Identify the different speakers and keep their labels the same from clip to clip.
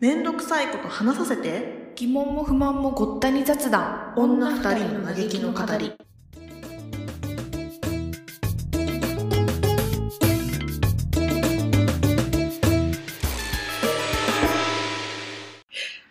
Speaker 1: めんどくさいこと話させて
Speaker 2: 疑問も不満もごったに雑談
Speaker 1: 女二人の嘆きの語り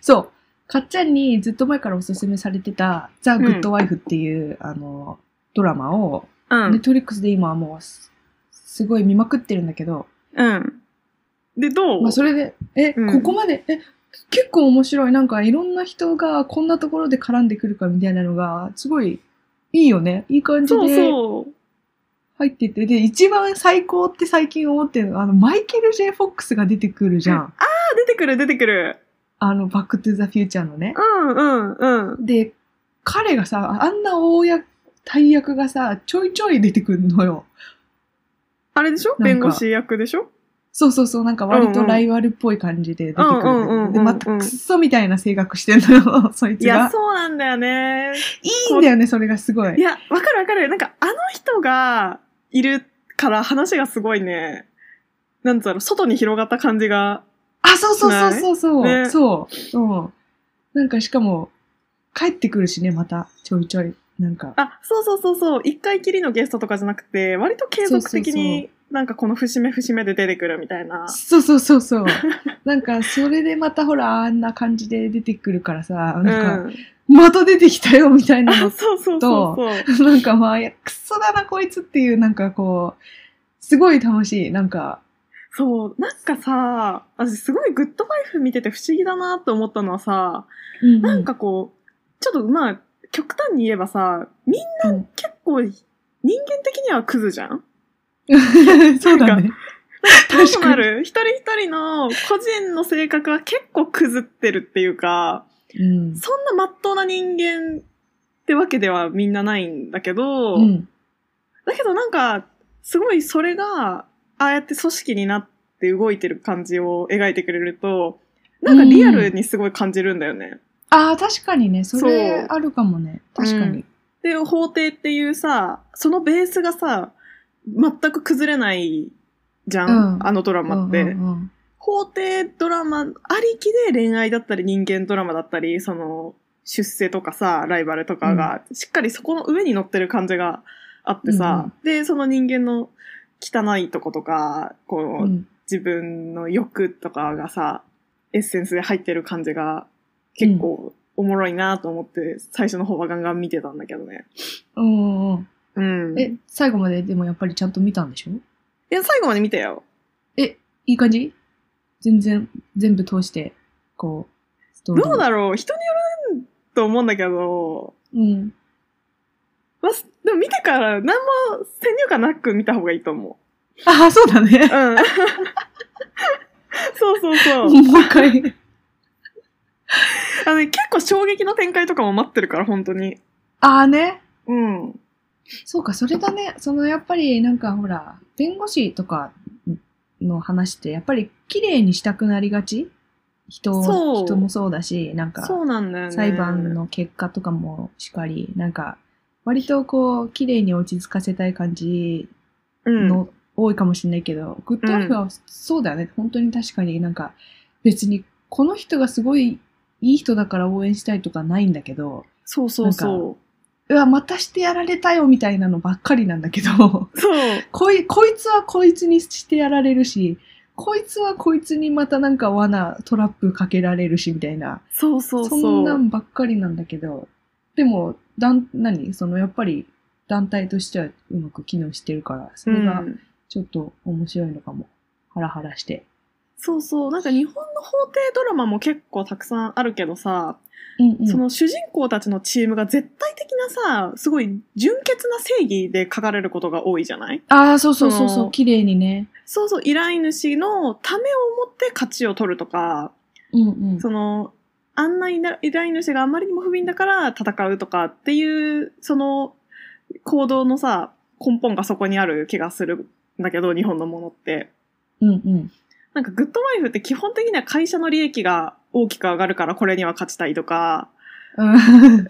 Speaker 3: そう。かっちゃんにずっと前からおすすめされてた、ザ・グッド・ワイフっていう、あの、ドラマを、
Speaker 1: う
Speaker 3: ネットフリックスで今はもうす、すごい見まくってるんだけど、
Speaker 1: うんでどう、
Speaker 3: まあそれで、え、
Speaker 1: うん
Speaker 3: ここまで、え、結構面白い。なんかいろんな人がこんなところで絡んでくるかみたいなのが、すごいいいよね。いい感じ
Speaker 1: そう
Speaker 3: で
Speaker 1: そう
Speaker 3: 入ってて。で、一番最高って最近思ってるのが、あの、マイケル・ J ・フォックスが出てくるじゃん。
Speaker 1: あ出てくる出てくる
Speaker 3: あの、バック・トゥ・ザ・フューチャーのね。
Speaker 1: うんうんうん
Speaker 3: で、彼がさ、あんな大役、大役がさ、ちょいちょい出てくるのよ。
Speaker 1: あれでしょ
Speaker 3: なんか
Speaker 1: 弁護士役でしょ
Speaker 3: そうそうそう、なんか割とライバルっぽい感じで出てくるんだけど。
Speaker 1: うんうんうんうんうん
Speaker 3: で、またクソみたいな性格してんのよ、そい
Speaker 1: い
Speaker 3: つ
Speaker 1: や
Speaker 3: が。
Speaker 1: そうなんだよ ね
Speaker 3: いいんだよね、それがすごい。
Speaker 1: いやわかるわかるなんかあの人がいるから話がすごいねなんつうの外に広がった感じが
Speaker 3: あ、そうそうそうそうそう、
Speaker 1: ないね
Speaker 3: そう。うん。なんかしかも、帰ってくるしね、また、ちょいちょい。なんか、
Speaker 1: あそうそうそうそう一回きりのゲストとかじゃなくて割と継続的
Speaker 3: そう
Speaker 1: になんかこの節目節目で出てくるみたいな
Speaker 3: そうそうそうそう。 なんか、それでまたほら、あんな感じで出てくるからさ、なんか、
Speaker 1: うん
Speaker 3: また出てきたよ、みたいな
Speaker 1: あ
Speaker 3: の
Speaker 1: そうそうそうそう
Speaker 3: なんかまあ、いやクソだな、こいつっていう、なんかこう、すごい楽しい。なんか、
Speaker 1: そうなんかさ私すごいグッドワイフ見てて不思議だなと思ったのはさ
Speaker 3: な
Speaker 1: なん、かこうちょっとまあ極端に言えばさみん
Speaker 3: う
Speaker 1: 結構人間的にはクズじゃん
Speaker 3: ん、 そうだ
Speaker 1: どう
Speaker 3: ね。確
Speaker 1: な
Speaker 3: かに。
Speaker 1: る一人一人の個人の性格は結構くずってるっていうか、
Speaker 3: うん。
Speaker 1: そんな真っ当な人間ってわけではみんなないんだけど、
Speaker 3: うん。
Speaker 1: だけどなんか、すごいそれが、ああやって組織になって動いてる感じを描いてくれると、なんかリアルにすごい感じるんだよね。
Speaker 3: ああ、確かにね、そ
Speaker 1: そう
Speaker 3: れあるかもね。確かに。
Speaker 1: で、法廷っていうさ、そのベースがさ、全く崩れないじゃん、
Speaker 3: うん
Speaker 1: あのドラマって。
Speaker 3: うんうんうん
Speaker 1: 法廷ドラマありきで恋愛だったり人間ドラマだったり、その出世とかさ、ライバルとかが、しっかりそこの上に乗ってる感じがあってさ、で、その人間の汚いとことか、こう、
Speaker 3: うん
Speaker 1: 自分の欲とかがさ、エッセンスで入ってる感じが結構おもろいなと思って、最初の方はガンガン見てたんだけどね。
Speaker 3: うんうん。
Speaker 1: うん。
Speaker 3: え、最後まででもやっぱりちゃんと見たんでしょ
Speaker 1: いや、最後まで見たよ。
Speaker 3: いい感じ全然、全部通して、こう、ストーリー。
Speaker 1: どうだろう人によると思うんだけど、
Speaker 3: うん。
Speaker 1: まあ、すでも見てから何も先入観なく見た方がいいと思
Speaker 3: ああ、そうだね
Speaker 1: う。。うん。そうそうそ
Speaker 3: も
Speaker 1: う
Speaker 3: う。一回。
Speaker 1: あのね、結構衝撃の展開とかも待ってるから、本当に。
Speaker 3: ああね。
Speaker 1: うん。
Speaker 3: そうか、それだね。そのやっぱりなんかほら、弁護士とかの話ってやっぱり綺麗にしたくなりがち人
Speaker 1: そう
Speaker 3: 人もそうだし、なんか
Speaker 1: そうなんだよね。
Speaker 3: 裁判。の結果とかもしかり、なんか割とこう綺麗に落ち着かせたい感じ
Speaker 1: うん。
Speaker 3: の、多いかもしれないけど、グッドオフはそうだよね。本当に確かになんか別にこの人がすごいいい人だから応援したいとかないんだけど、
Speaker 1: そうそうそう
Speaker 3: わ、またしてやられたよみたいなのばっかりなんだけど。
Speaker 1: う。そう。
Speaker 3: こい、こいつはこいつにしてやられるし、こいつはこいつにまたなんか罠、トラップかけられるし、みたいな。
Speaker 1: そうそうそう。
Speaker 3: んなんばっかりなんだけど、でも、だん、何その、やっぱり、団体としてはうまく機能してるから、それが
Speaker 1: うん
Speaker 3: ちょっと面白いのかも。ハラハラして。
Speaker 1: そうそう。なんか日本の法廷ドラマも結構たくさんあるけどさ、
Speaker 3: うんうん。
Speaker 1: その主人公たちのチームが絶対的なさ、すごい純潔な正義で書かれることが多いじゃない
Speaker 3: ああ、そうそうそう
Speaker 1: そ
Speaker 3: そ
Speaker 1: の
Speaker 3: う、綺麗にね。
Speaker 1: そうそう、依頼主のためを持って勝ちを取るとか、
Speaker 3: うんうん。
Speaker 1: その、あんな依頼主があまりにも不憫だから戦うとかっていう、その行動のさ、根本がそこにある気がするんだけど、日本のものって。
Speaker 3: うんうん。
Speaker 1: なんかグッドワイフって基本的には会社の利益が大きく上がるからこれには勝ちたいとか、
Speaker 3: うん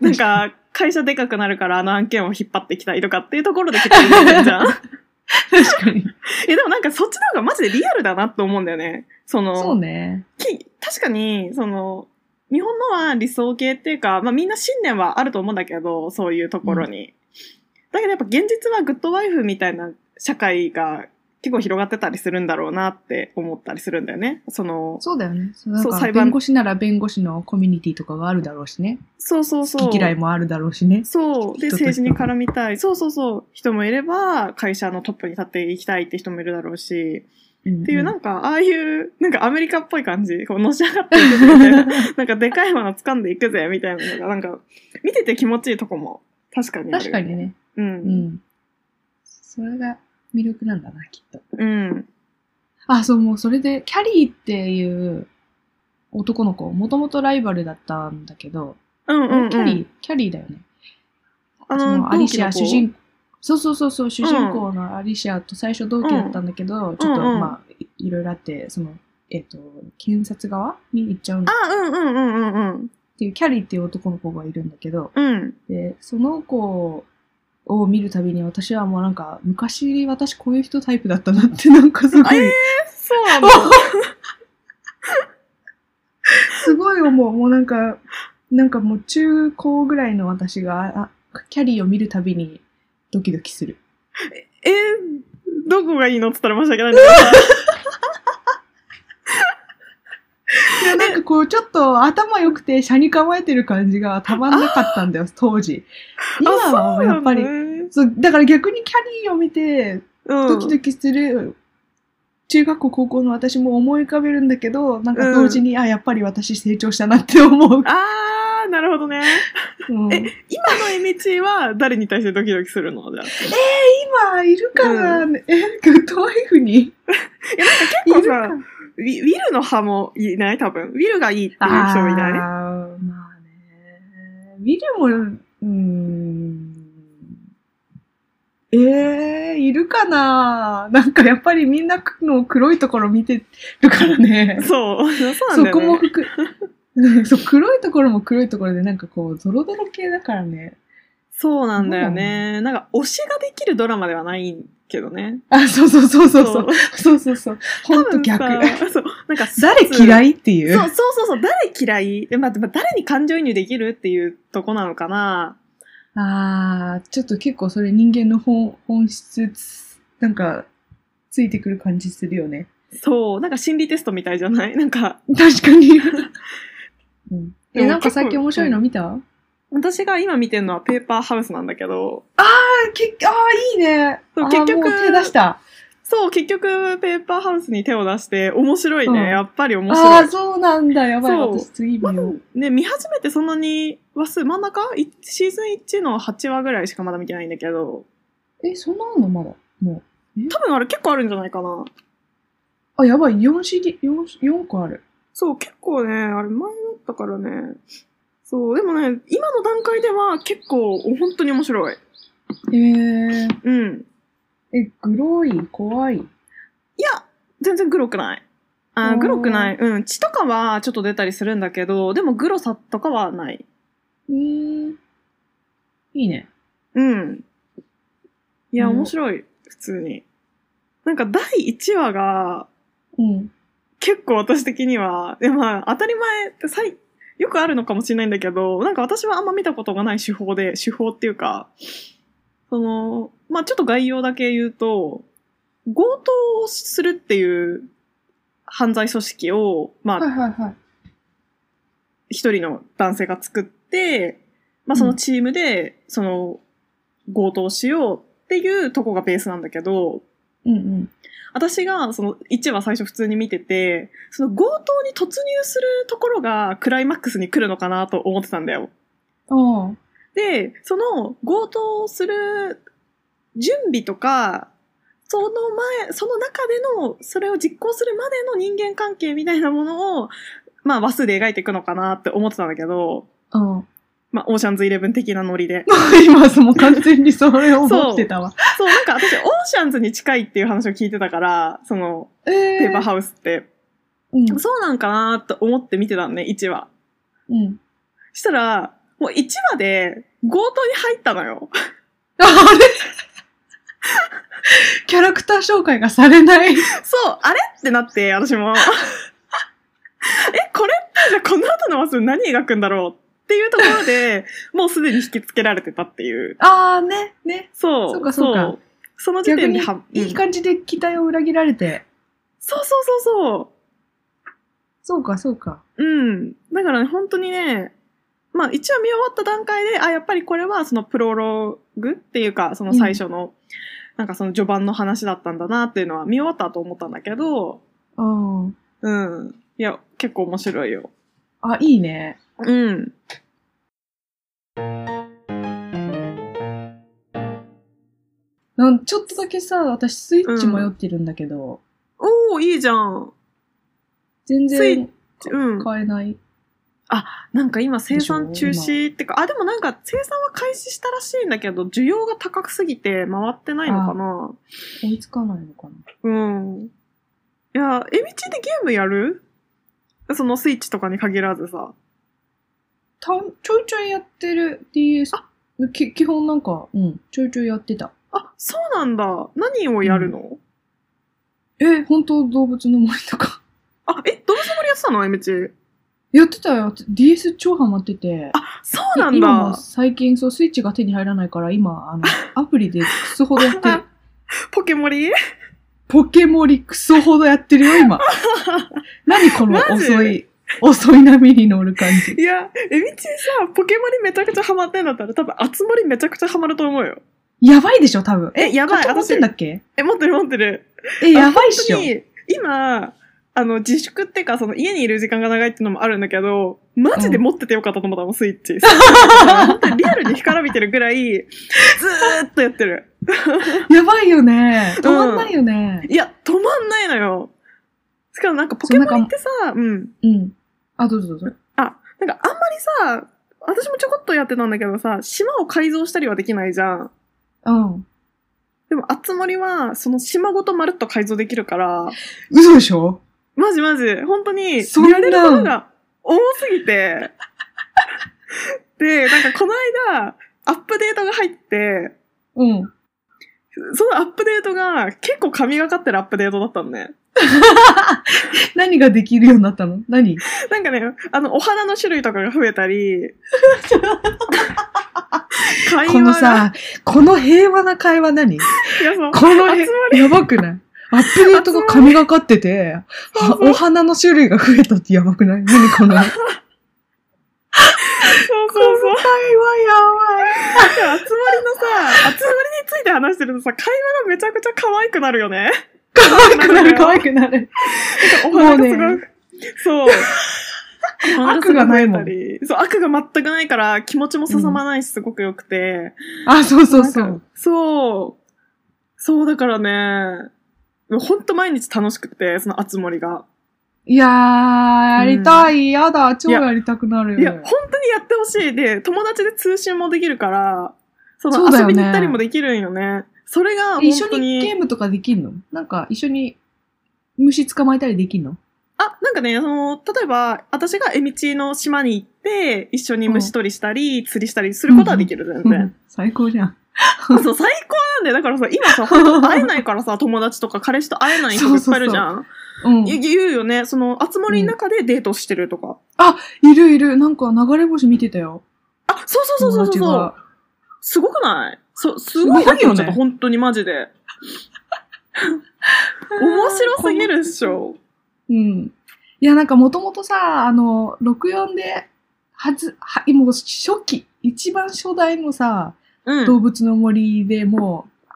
Speaker 1: なん、か会社でかくなるからあの案件を引っ張っていきたいとかっていうところで結構見てんじ ゃん。
Speaker 3: 確かに。
Speaker 1: え、でもなんかそっちの方がマジでリアルだなと思うんだよね。その、
Speaker 3: そうね。
Speaker 1: き確かに、その、日本のは理想系っていうか、まあみんな信念はあると思うんだけど、そういうところに。だけどやっぱ現実はグッドワイフみたいな社会が結構広がってたりするんだろうなって思ったりするんだよね。その、
Speaker 3: そうだよね。そうなん
Speaker 1: そう
Speaker 3: か
Speaker 1: 裁判
Speaker 3: 弁護士なら弁護士のコミュニティとかがあるだろうしね。
Speaker 1: そうそうそう。
Speaker 3: 好き嫌いもあるだろうしね。
Speaker 1: そう。で、
Speaker 3: 人と人
Speaker 1: 政治に絡みたい。そうそうそう。人もいれば、会社のトップに立っていきたいって人もいるだろうし。
Speaker 3: っ
Speaker 1: っていう、な
Speaker 3: なん
Speaker 1: か、ああいう、なんかアメリカっぽい感じ、こう、のし上がっていくぜみたいな。 なんか、でかいもの掴んでいくぜ、みたいなのが、なんか、見てて気持ちいいとこも、確かにある
Speaker 3: 確かに。ね。
Speaker 1: う。
Speaker 3: うんん。それが魅力なんだな、きっと。
Speaker 1: うん。
Speaker 3: あ、そう、もうそれで、キャリーっていう男の子、もともとライバルだったんだけど、
Speaker 1: うんうん、うん。
Speaker 3: キャリー、キャリーだよね。
Speaker 1: あ
Speaker 3: その
Speaker 1: の、
Speaker 3: アリシア主
Speaker 1: 公。
Speaker 3: 人そうそうそうそう主人公のアリシアと最初同期だったんだけど、ちょっと
Speaker 1: うんうん
Speaker 3: まあいいろいろあってそのえっ、と検察側に行っちゃうっ
Speaker 1: あ、うんうんうんうんうん。
Speaker 3: ていうキャリーっていう男の子がいるんだけど
Speaker 1: うん。
Speaker 3: でその子を見るたびに私はもうなんか昔私こういう人タイプだったなってなんかすごい、
Speaker 1: えそうなんだ。
Speaker 3: すごい思うもうなんかなんかもう中高ぐらいの私があキャリーを見るたびにドキドキする。
Speaker 1: えーどこがいいのって言ったら申し訳ないんだ
Speaker 3: いや なんかこう、ちょっと頭良くて、車に構えてる感じがたまんなかった んだよ、当時。
Speaker 1: け
Speaker 3: 今
Speaker 1: ど。
Speaker 3: はやっぱり、
Speaker 1: あそうなのね
Speaker 3: そう、だから逆にキャリーを見て、
Speaker 1: うん。
Speaker 3: ドキドキする、中学校、高校の私も思い浮かべるんだけど、なんか同時に、あ、やっぱり私成長したなって思う。
Speaker 1: あー、なるほどね。
Speaker 3: うん
Speaker 1: え今のエミチーは誰に対してドキドキするのじゃあ。
Speaker 3: 今、いるかな、え、グッドワイフに。い
Speaker 1: いや、なんか結構さ、ウィウィルの派もいない多分。ウィルがいいっていう人もいない
Speaker 3: あーまあね。見るも、うーん。ええいるかななんかやっぱりみんなの黒いところ見てるからね。
Speaker 1: そう。 そうなん
Speaker 3: そ
Speaker 1: だよ、ね。
Speaker 3: こも含めそう黒いところも黒いところでなんかこう、ドロドロ系だからね。
Speaker 1: そうなんだよね。なんか推しができるドラマではないけどね。
Speaker 3: あ、そうそうそうそう
Speaker 1: そ
Speaker 3: そうう。そうそうそう。ほんと逆。
Speaker 1: 多分 さそう。なんか
Speaker 3: 誰嫌
Speaker 1: い
Speaker 3: いっていう。
Speaker 1: そうそうそうそう。誰嫌いで、まあ、まあ誰に感情移入できるっていうとこなのかな。
Speaker 3: ああ、ちょっと結構それ人間の本本質つ、なんか、ついてくる感じするよね。
Speaker 1: そう。なんか心理テストみたいじゃないなんか、
Speaker 3: 確かに。うん、
Speaker 1: で
Speaker 3: え、
Speaker 1: も
Speaker 3: なんか最近面白いの見た、あ
Speaker 1: 私が今見てるのはペーパーハウスなんだけど、
Speaker 3: けあー、いいね。
Speaker 1: そう
Speaker 3: あー
Speaker 1: 結局
Speaker 3: もう手出した。
Speaker 1: そう、結局ペーパーハウスに手を出して、面白いね。
Speaker 3: うん
Speaker 1: やっぱり面白い
Speaker 3: あ。あ、そうなんだ。やばい。
Speaker 1: そう
Speaker 3: 私次見よう。
Speaker 1: ね、見始めてそんなに話数、真ん中いシーズン1の8話ぐらいしかまだ見てないんだけど、
Speaker 3: え、そんなあんのまだ。も
Speaker 1: 多分あれ結構あるんじゃないかな。
Speaker 3: う。あ、やばい。4 CD、四四個ある。
Speaker 1: そう、結構ね、あれ前だったからね。そう、でもね、今の段階では結構、本当に面白い。
Speaker 3: えー、
Speaker 1: うん。
Speaker 3: え、グロい、怖い。
Speaker 1: いや、全然グロくない。あ
Speaker 3: お
Speaker 1: ー
Speaker 3: ー
Speaker 1: グロくない。うん。血とかはちょっと出たりするんだけど、でもグロさとかはない。
Speaker 3: うーん。いいね。
Speaker 1: うん。いや、
Speaker 3: うん
Speaker 1: 面白い。普通に。なんか第1話が、
Speaker 3: うん。
Speaker 1: 結構私的には、でまあ、当たり前ってさいよくあるのかもしれないんだけど、なんか私はあんま見たことがない手法で、手法っていうか、その、まあちょっと概要だけ言うと、強盗をするっていう犯罪組織を、ま
Speaker 3: はい
Speaker 1: あ
Speaker 3: はいはい。
Speaker 1: 一人の男性が作って、まあそのチームで、その、強盗をしようっていうとこがベースなんだけど、
Speaker 3: うんうん。
Speaker 1: 私がその1話最初普通に見てて、その強盗に突入するところがクライマックスに来るのかなと思ってたんだよ。
Speaker 3: ああ。
Speaker 1: で、その強盗をする準備とか、その前、その中での、それを実行するまでの人間関係みたいなものを、まあ、話数で描いていくのかなって思ってたんだけど、
Speaker 3: うん。
Speaker 1: まあ、オーシャンズイレブン的なノリ で。
Speaker 3: 今、もう完全にそれを思ってたわ。
Speaker 1: そう、なんか私、オーシャンズに近いっていう話を聞いてたから、その、
Speaker 3: え
Speaker 1: ペーパー
Speaker 3: ー、
Speaker 1: ハウスって。
Speaker 3: うん。
Speaker 1: そうなんかなと思って見てたのね、1話。
Speaker 3: うん。
Speaker 1: したら、もう1話で強盗に入ったのよ。
Speaker 3: ああれ キャラクター紹介がされない。
Speaker 1: そう、あれってなって、私も。 え、これって、じゃあこの後のマス何描くんだろうっていうところで、もうすでに引きつけられてたっていう。
Speaker 3: ああ、ね、ね。
Speaker 1: そう。
Speaker 3: そうかそうか
Speaker 1: うその時
Speaker 3: 逆
Speaker 1: 点
Speaker 3: に
Speaker 1: では、
Speaker 3: いい
Speaker 1: うん
Speaker 3: 感じで期待を裏切られて。
Speaker 1: そうそうそうそう。
Speaker 3: そうか、そうか。
Speaker 1: うん。だからね、本当にね、まあ一応見終わった段階で、あ、やっぱりこれはそのプロローグっていうか、その最初の、なんかその序盤の話だったんだなっていうのは見終わったと思ったんだけど、
Speaker 3: うん。
Speaker 1: うん。いや、結構面白いよ。
Speaker 3: あ、いいね。
Speaker 1: うん。
Speaker 3: なんちょっとだけさ、私スイッチ迷ってるんだけど、
Speaker 1: おー、いいじゃん。
Speaker 3: 全
Speaker 1: スイ
Speaker 3: 然
Speaker 1: うん。
Speaker 3: 買えない。
Speaker 1: なんか今生産中
Speaker 3: でしょ
Speaker 1: 止ってか、あ、でもなんか生産は開始したらしいんだけど、需要が高すぎて回ってないのかな。
Speaker 3: 追いつかないのか
Speaker 1: う
Speaker 3: な。
Speaker 1: ん。いや、エミチでゲームやるそのスイッチとかに限らずさ。
Speaker 3: たちょいちょいやってる DS。き基本なんか、うん、ちょいちょいやってた。
Speaker 1: あ、そうなんだ。何をやるの、
Speaker 3: え、本当動物の森とか。
Speaker 1: あ、え、どのつもりやってたのエミチ。
Speaker 3: やってたよ。DS 超ハマってて。
Speaker 1: あ、そうなん
Speaker 3: 今も
Speaker 1: だ。
Speaker 3: 最近、そう、スイッチが手に入らないから、今、あの、アプリでクソほどやってる。
Speaker 1: ポケモリ
Speaker 3: ポケモリクソほどやってるよ、今。何この
Speaker 1: マジ
Speaker 3: 遅い、遅い波に乗る感じ。
Speaker 1: いや、エミチさ、ポケモリめちゃくちゃハマってんだったら、多分、あつ森めちゃくちゃハマると思うよ。
Speaker 3: やばいでしょ、多分。
Speaker 1: え、やばい、
Speaker 3: 買って
Speaker 1: 私
Speaker 3: ん。だっけ
Speaker 1: え、持ってる持ってる。
Speaker 3: え、やばいっしょ
Speaker 1: 本。当に今、あの、自粛ってか、その、家にいる時間が長いってのもあるんだけど、マジで持っててよかったと思ったの、スイッ チ。本当にリアルに干からびてるぐらい、ずーっとやってる。
Speaker 3: やばいよね。止まんないよね。
Speaker 1: いや、止まんないのよ。しかもなんか、ポケモリってさ、うん。
Speaker 3: うん。あ、どうぞどうぞ。
Speaker 1: あ、なんか、あんまりさ、私もちょこっとやってたんだけどさ、島を改造したりはできないじゃん。
Speaker 3: うん。
Speaker 1: でも、あつ森は、その島ごとまるっと改造できるから、
Speaker 3: 嘘でしょ
Speaker 1: マジマジ、本当に、
Speaker 3: そんなん
Speaker 1: やれることが多すぎて。で、なんかこの間、アップデートが入って、
Speaker 3: うん。
Speaker 1: そのアップデートが結構神がかってるアップデートだったのね。
Speaker 3: 何ができるようになったの何
Speaker 1: なんかね、あの、お花の種類とかが増えた り、会話が
Speaker 3: この、さ、この平和な会話何こ
Speaker 1: いやそう
Speaker 3: の
Speaker 1: 集ま、
Speaker 3: やばくないアップデートが神がかってて、
Speaker 1: そう
Speaker 3: あお花の種類が増えたってやばくない 何この。会
Speaker 1: そうそうそう。
Speaker 3: 話やばい。
Speaker 1: だから、集まりのさ、集まりについて話してるとさ、会話がめちゃくちゃ可愛くなるよね。
Speaker 3: 可愛くなる、可愛くなる。
Speaker 1: お花がす
Speaker 3: も
Speaker 1: ご
Speaker 3: う
Speaker 1: い。そう。
Speaker 3: 悪がないもん
Speaker 1: お花すご増えたりそう、悪が全くないから気持ちもささまないし、すごく良くて。
Speaker 3: あ、そうそうそ
Speaker 1: なん
Speaker 3: う
Speaker 1: か。。そう。そうだからね、ほんと毎日楽しくて、その熱盛が。
Speaker 3: いやー、やりたい。やだ、超やりたくなるよ。
Speaker 1: いや、本当にやってほしい。で、友達で通信もできるから、そ
Speaker 3: そ
Speaker 1: の
Speaker 3: うだ
Speaker 1: 遊
Speaker 3: よね
Speaker 1: びに行ったりもできるんよね。それが
Speaker 3: 一緒
Speaker 1: 本当
Speaker 3: にゲー
Speaker 1: に、
Speaker 3: ムとかできんのなんか一緒に虫捕まえたりできんの
Speaker 1: あ、なんかね、その、例えば、私がエミチの島に行って、一緒に虫取りしたり、釣りしたりすることはできる、全然。
Speaker 3: 最高じゃん。
Speaker 1: そう、最高なんだよ。だからさ、今さ、ほんと会えないから さ、友達とか彼氏と会えない人
Speaker 3: そ
Speaker 1: いうっ
Speaker 3: そうそう
Speaker 1: ぱいいるじゃん。
Speaker 3: うん。
Speaker 1: い
Speaker 3: い
Speaker 1: 言うよね。その、集まりの中でデートしてるとか。
Speaker 3: るいる。なんか流れ星見てたよ。
Speaker 1: あ、そうそうそうそうそう
Speaker 3: 友
Speaker 1: そう。
Speaker 3: 達が
Speaker 1: すごくないそう、すごいよ
Speaker 3: すごいよね
Speaker 1: ちょっと本当にマジで。面白すぎるっしょ。
Speaker 3: うん。いや、なんかもともとさ、あの、64で、はず、は、もう初期、一番初代のさ、
Speaker 1: う
Speaker 3: 動
Speaker 1: ん。
Speaker 3: 物の森でもう、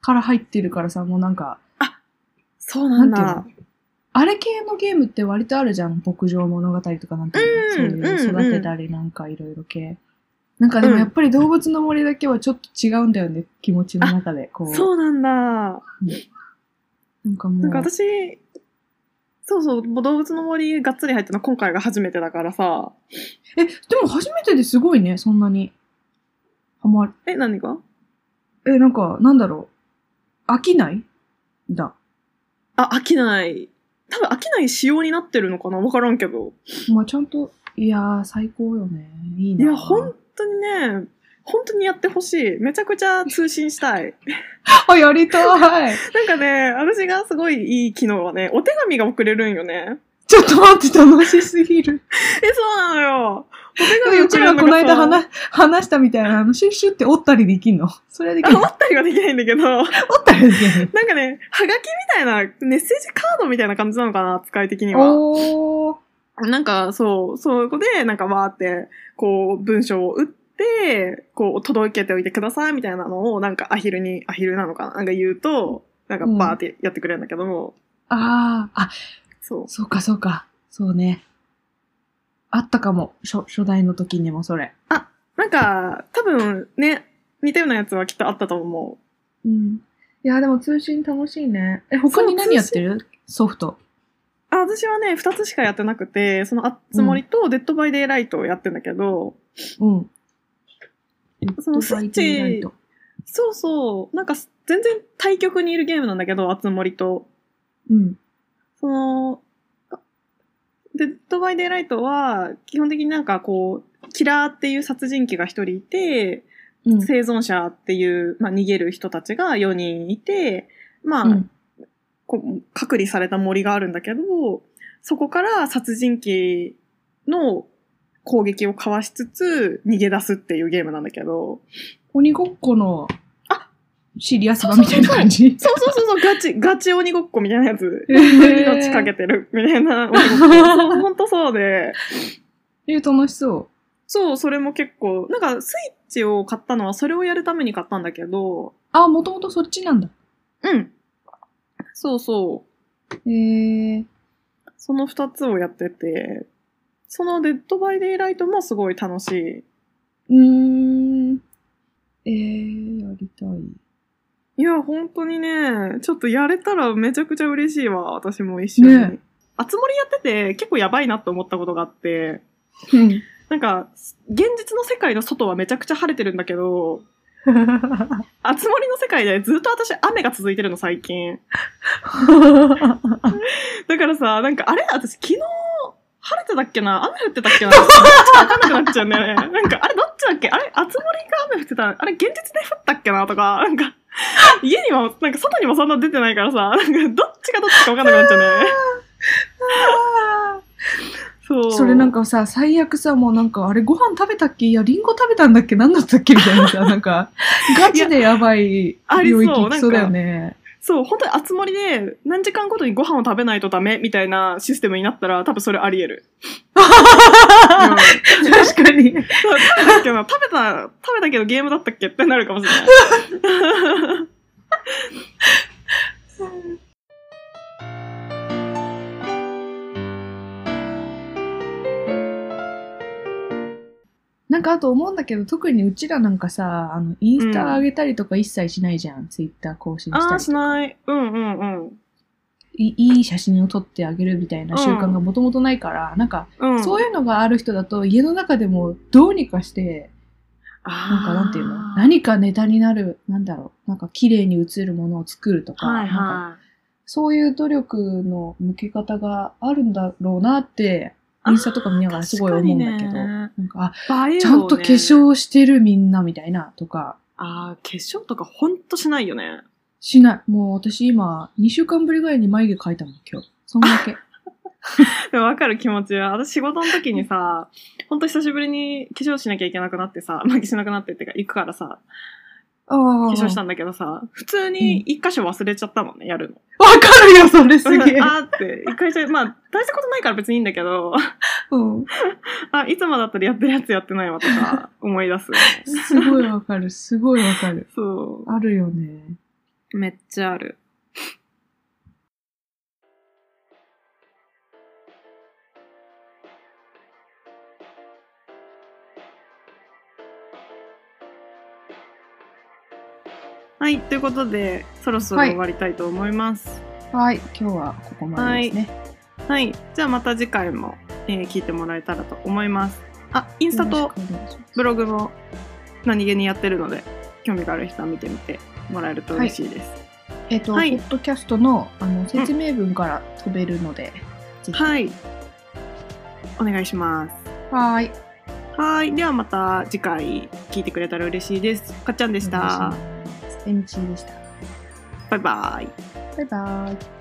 Speaker 3: から入ってるからさ、もうなんか、
Speaker 1: そうなん
Speaker 3: な
Speaker 1: だ
Speaker 3: ん。あれ系のゲームって割とあるじゃん。牧場物語とかなんていう
Speaker 1: うん
Speaker 3: の、そういう
Speaker 1: うん
Speaker 3: 育てたりなんかいろいろ系。なんかでもやっぱり動物の森だけはちょっと違うんだよね、気持ちの中で。こう。
Speaker 1: そうなんだ。
Speaker 3: なんかも
Speaker 1: な
Speaker 3: う。
Speaker 1: んか私、そうそう、もう動物の森がっつり入ったの今回が初めてだからさ。
Speaker 3: え、でも初めてですごいね、そんなに。はまる。
Speaker 1: え、何が
Speaker 3: え、なんか、なんだろう。飽きないだ。
Speaker 1: あ、飽きない。多分飽きない仕様になってるのかなわからんけど。
Speaker 3: まあちゃんと、いやー、最高よね。いい
Speaker 1: い
Speaker 3: な。
Speaker 1: や、本当にね、本当にやってほしい。めちゃくちゃ通信した い。
Speaker 3: あ、やりた
Speaker 1: な
Speaker 3: い。
Speaker 1: んかね、私がすごいいい機能はね、お手紙が送れるんよね。
Speaker 3: ちょっと待って、楽しすぎる。
Speaker 1: え、そうなのよ。お手紙を
Speaker 3: うちら
Speaker 1: く
Speaker 3: こ
Speaker 1: れ
Speaker 3: の
Speaker 1: る
Speaker 3: 間
Speaker 1: がさ
Speaker 3: 話、話したみたいな、あの、シュッシュって折ったりできんのそれでき
Speaker 1: あ
Speaker 3: る。
Speaker 1: 思
Speaker 3: 折
Speaker 1: ったりはできないんだけど、なん
Speaker 3: ったりできる。
Speaker 1: かね、はがきみたいな、メッセージカードみたいな感じなのかな、扱い的には。
Speaker 3: おー。
Speaker 1: なんか、そう、そういうことで、なんかわーって、こう、文章を打って、こう、届けておいてください、みたいなのを、なんかアヒルに、アヒルなのかな、なんか言うと、なんかバーってやってくれるんだけども、
Speaker 3: ああ、あ、
Speaker 1: そう。
Speaker 3: そうかそうか。そうね。あったかも。初、初代の時にもそれ。
Speaker 1: なんか、多分ね、似たようなやつはきっとあったと思う。
Speaker 3: うん。いや、でも通信楽しいね。え、他に何やってるソフト。
Speaker 1: あ、私はね、二つしかやってなくて、そのあつ森とデッドバイデイライトをやってんだけど、
Speaker 3: うん。
Speaker 1: そのスイッチそうそう、なんかす全然対局にいるゲームなんだけど、あつ森と。
Speaker 3: うん。
Speaker 1: その、あデッドバイデイライトは、基本的になんかこう、キラーっていう殺人鬼が一人いて、
Speaker 3: うん。
Speaker 1: 生存者っていう、まあ逃げる人たちが4人いて、まあ、
Speaker 3: うん
Speaker 1: こう隔離された森があるんだけど、そこから殺人鬼の攻撃をかわしつつ逃げ出すっていうゲームなんだけど。
Speaker 3: 鬼ごっこの、
Speaker 1: あ
Speaker 3: シリアス版みたいな感じ。
Speaker 1: そうそうそうそう、ガチ、 ガチ鬼ごっこみたいなやつ。
Speaker 3: へー
Speaker 1: 命かけてるみたい な鬼ごっこ。そうほんとそうで。
Speaker 3: えー、楽しそう。
Speaker 1: そう、それも結構、なんかスイッチを買ったのはそれをやるために買ったんだけど、
Speaker 3: あ、もともとそっちなんだ。
Speaker 1: うん。そうそう。
Speaker 3: えー、
Speaker 1: その二つをやってて、そのデッドバイデイライトもすごい楽しい。
Speaker 3: うーん。えー、やりたい。
Speaker 1: いや、本当にね、ちょっとやれたらめちゃくちゃ嬉しいわ、私も一緒に。
Speaker 3: ね
Speaker 1: あつ森やってて結構やばいなと思ったことがあって、
Speaker 3: うん。
Speaker 1: なんか、現実の世界の外はめちゃくちゃ晴れてるんだけど、あつ森の世界でずっと私雨が続いてるの最近。だからさ、なんかあれ私昨日晴れてたっけな雨降ってたっけなどっちかわかんなくなっちゃうんだよね。なんかあれどっちだっけあれあつ森が雨降ってたあれ現実で降ったっけなとか、なんか家にも、なんか外にもそんな出てないからさ、なんかどっちがどっちかわかんなくなっちゃうね。そう。
Speaker 3: それなんかさ、最悪さ、もうなんか、あれご飯食べたっけいや、リンゴ食べたんだっけ何だったっけみたいなさ、なんか、ガチでやばい
Speaker 1: ありそ
Speaker 3: 領
Speaker 1: う
Speaker 3: 域いきそうだよね。
Speaker 1: そう、本当にあつ森で何時間ごとにご飯を食べないとダメみたいなシステムになったら多分それあり得る。 うん
Speaker 3: 確かに。
Speaker 1: そう食べたっけな食べた、食べたけどゲームだったっけってなるかもしれない。
Speaker 3: なんかあと思うんだけど、特にうちらなんかさ、あの、インスタ上げたりとか一切しないじゃん。ツイッター更新し
Speaker 1: あ
Speaker 3: た
Speaker 1: あ、
Speaker 3: り
Speaker 1: しない。うんうんうん。
Speaker 3: い。いい写真を撮ってあげるみたいな習慣がもともとないから、なんか、
Speaker 1: うん。
Speaker 3: そう
Speaker 1: いう、
Speaker 3: いうのがある人だと家の中でもどうにかして、なんかなんていうの何かネタになる、なんだろう。なんか綺麗に映るものを作るとか、
Speaker 1: はい
Speaker 3: なんか
Speaker 1: はい。
Speaker 3: そういう努力の向け方があるんだろうなって、インスタとか見ながらすごい思うんだけど、
Speaker 1: 確かにね
Speaker 3: なんか、あ、
Speaker 1: 映えをね
Speaker 3: ちゃんと化。粧してるみんなみたいなとか、
Speaker 1: ああ、化粧とかほんとしないよね。
Speaker 3: しない。もう私今、2週間ぶりぐらいに眉毛描いたもん、今日。そんだけ。
Speaker 1: でもわかる気持ちは。私仕事の時に さ、ほんと久しぶりに化粧しなきゃいけなくなってさ、まあ、しなくなってってか行くからさ、
Speaker 3: あ
Speaker 1: 化
Speaker 3: あ
Speaker 1: 粧したんだけどさ、普通に一箇所忘れちゃったもんね、やるの。
Speaker 3: わかるよ、それすげえ。
Speaker 1: あーって、一回じゃ、まあ、大したことないから別にいいんだけど、
Speaker 3: うん
Speaker 1: あ、いつもだったらやってるやつやってないわとか思い出 す、
Speaker 3: すごいわかる、すごいわかる。
Speaker 1: そ
Speaker 3: あるよね。
Speaker 1: う。めっちゃある。はい、ということで、そろそろ
Speaker 3: はい
Speaker 1: 終わりたいと思います。
Speaker 3: はい、今日はここまでですね。
Speaker 1: はい、じゃあまた次回も、えー聞いてもらえたらと思います。あ、インスタ
Speaker 3: よ
Speaker 1: と
Speaker 3: ろしくお願いします
Speaker 1: ブログも何気にやってるので、興味がある人は見てみてもらえると嬉しいです。
Speaker 3: えっ、と、
Speaker 1: はい
Speaker 3: ポッドキャストのあの説明文から飛べるので、ぜひ。
Speaker 1: はい。お願いします。
Speaker 3: はーい。
Speaker 1: はい。ではまた次回聞いてくれたら嬉しいです。かっちゃんでした。
Speaker 3: お願いします。エミチーでした。
Speaker 1: バイバイ。
Speaker 3: バイバーイ。